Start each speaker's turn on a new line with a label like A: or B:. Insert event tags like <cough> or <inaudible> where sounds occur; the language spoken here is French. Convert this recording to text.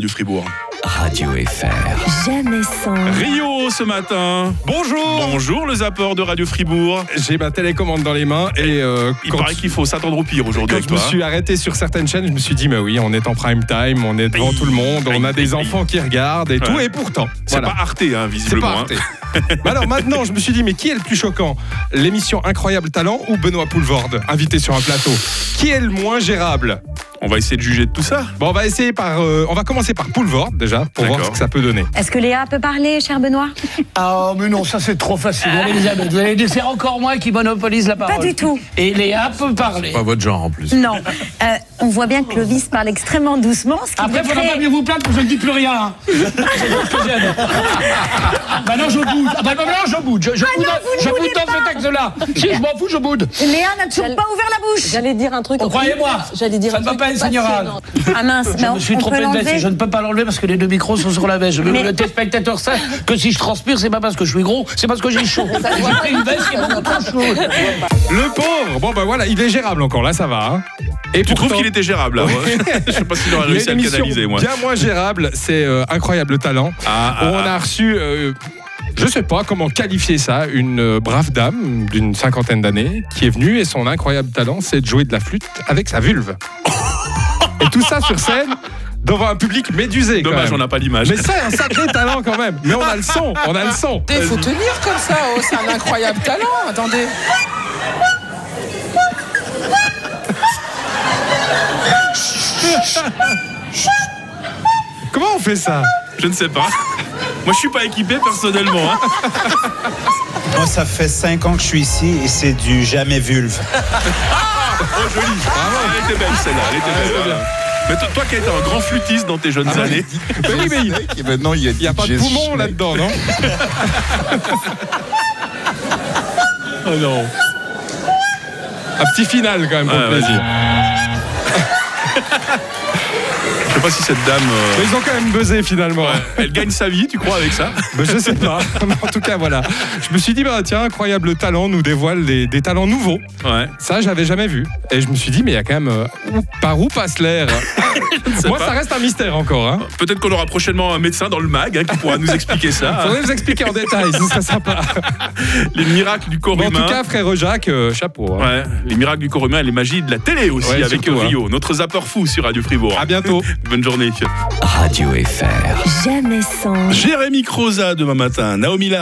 A: du Fribourg.
B: Radio FR.
C: Jamais sans.
A: Rio ce matin.
D: Bonjour
A: Bonjour le zapper de Radio Fribourg.
D: J'ai ma télécommande dans les mains et euh,
A: Il
D: quand,
A: paraît qu'il faut s'attendre au pire aujourd'hui
D: quand
A: avec
D: je me
A: toi. hein.
D: suis arrêté sur certaines chaînes, je me suis dit, mais oui, on est en prime time, on est devant
A: Aïe,
D: tout le monde, on
A: aïe,
D: a des
A: aïe,
D: enfants qui regardent et tout,
A: Ouais.
D: et pourtant,
A: C'est
D: voilà.
A: pas Arte, hein,
D: C'est pas
A: visiblement. hein.
D: Arte. Mais Alors maintenant, je me suis dit, mais qui est le plus choquant L'émission Incroyable Talent ou Benoît Poulvorde, invité sur un plateau Qui est le moins gérable
A: On va essayer de juger de tout ça.
D: Bon, on va essayer par. euh, on va commencer par Poulvorde déjà, pour voir
A: D'accord.
D: ce que ça peut donner.
C: Est-ce que Léa peut parler, cher Benoît
E: Ah, mais non, ça c'est trop facile. Elisabeth, vous allez laisser encore moi qui monopolise la parole.
C: Pas du tout.
E: Et Léa peut parler.
B: Pas votre genre en plus.
C: Non. Euh, on voit bien que Clovis parle extrêmement doucement, ce qui
E: Après,
C: peut
E: faudra
C: créer-
E: pas venir vous plaindre que je ne dis plus rien.
C: <laughs>
E: hein. C'est ce que j'aime. bah non, je boude. Ah, bah non, je boude. Je, je boude,
C: vous ne
E: je boude
C: boudez
E: dans ce texte-là. Si, je m'en fous, je boude.
C: Léa n'a toujours
F: J'allais-
C: pas ouvert la bouche.
F: J'allais dire un truc.
E: Oh, croyez-moi,
F: J'allais dire
E: ça
F: un
E: ne va
F: truc
E: pas être ignorant.
F: passionnant.
C: Ah mince,
E: Je
C: non,
E: me suis
C: on peut
E: trompé de veste
C: l'enlever.
E: et je ne peux pas l'enlever parce que les deux micros sont sur la veste. Mais,
C: Mais-
E: le téléspectateur sait que si je transpire, c'est pas parce que je suis gros, c'est parce que j'ai chaud. Et J'ai pris une veste qui est beaucoup trop chaude.
C: <laughs>
D: Le pauvre Bon, bah voilà, il est gérable encore, là ça va. hein. Et
A: Tu trouves
D: pourtant-
A: qu'il était gérable là ouais. <laughs> Je sais pas s'il aurait
D: Il y a
A: réussi
D: une
A: à le
D: émission
A: canaliser, moi.
D: bien moins gérable, c'est euh, Incroyable Talent.
A: Ah, ah,
D: on a reçu, euh, je sais pas comment qualifier ça, une euh, brave dame d'une cinquantaine d'années qui est venue et son incroyable talent, c'est de jouer de la flûte avec
A: <laughs>
D: sa vulve. et tout ça sur scène devant un public médusé. quand
A: Dommage,
D: même.
A: on n'a pas l'image.
D: Mais c'est
A: <laughs>
D: un sacré talent quand même. Mais on a le son, on a le son.
G: Il faut tenir comme ça, oh, c'est un incroyable talent, attendez.
D: Comment on fait ça
A: Je ne sais pas. <laughs> Moi, je suis pas équipé personnellement. hein.
D: Ah,
H: Moi, Oh, ça fait 5 ans que je suis ici et c'est du jamais vulve.
A: Ah,
D: Ah,
A: Elle était belle celle-là. Elle était belle, voilà. Mais toi, toi qui as été un grand flûtiste dans tes jeunes années,
D: Ah, Mais oui, mais il
I: Et maintenant, il y a,
D: n'y a pas de poumon là-dedans, non Oh non. Un petit final quand même pour
A: Ouais,
D: le plaisir.
A: je sais pas si cette dame, euh,
D: Mais ils ont quand même buzzé finalement.
A: elle gagne sa vie, tu crois, avec
D: <laughs>
A: ça
D: Ben, je sais pas. <laughs> Mais en tout cas, voilà. Je me suis dit, bah, tiens, incroyable talent nous dévoile des, des talents nouveaux.
A: Ouais.
D: Ça, j'avais jamais vu. Et je me suis dit, mais il y a quand même. euh, où- par où
A: <laughs>
D: passe l'air
A: sais
D: Moi,
A: pas.
D: ça reste un mystère encore. Hein.
A: Peut-être qu'on aura prochainement un médecin dans le mag hein, qui pourra nous expliquer ça.
D: <laughs>
A: hein.
D: Faudrait
A: <laughs>
D: nous expliquer en détail, ce serait sympa.
A: Les miracles du corps
D: Mais en
A: humain.
D: tout cas, frère Jacques, euh, chapeau. hein.
A: Ouais, les miracles du corps humain et les magies de la télé aussi
D: Ouais,
A: avec
D: surtout, hein.
A: Rio, notre zapper fou sur Radio Fribourg.
D: À bientôt.
A: <laughs> Bonne journée.
B: Radio FR.
C: Jamais sans.
A: Jérémy Croza demain matin, Naomi Lar-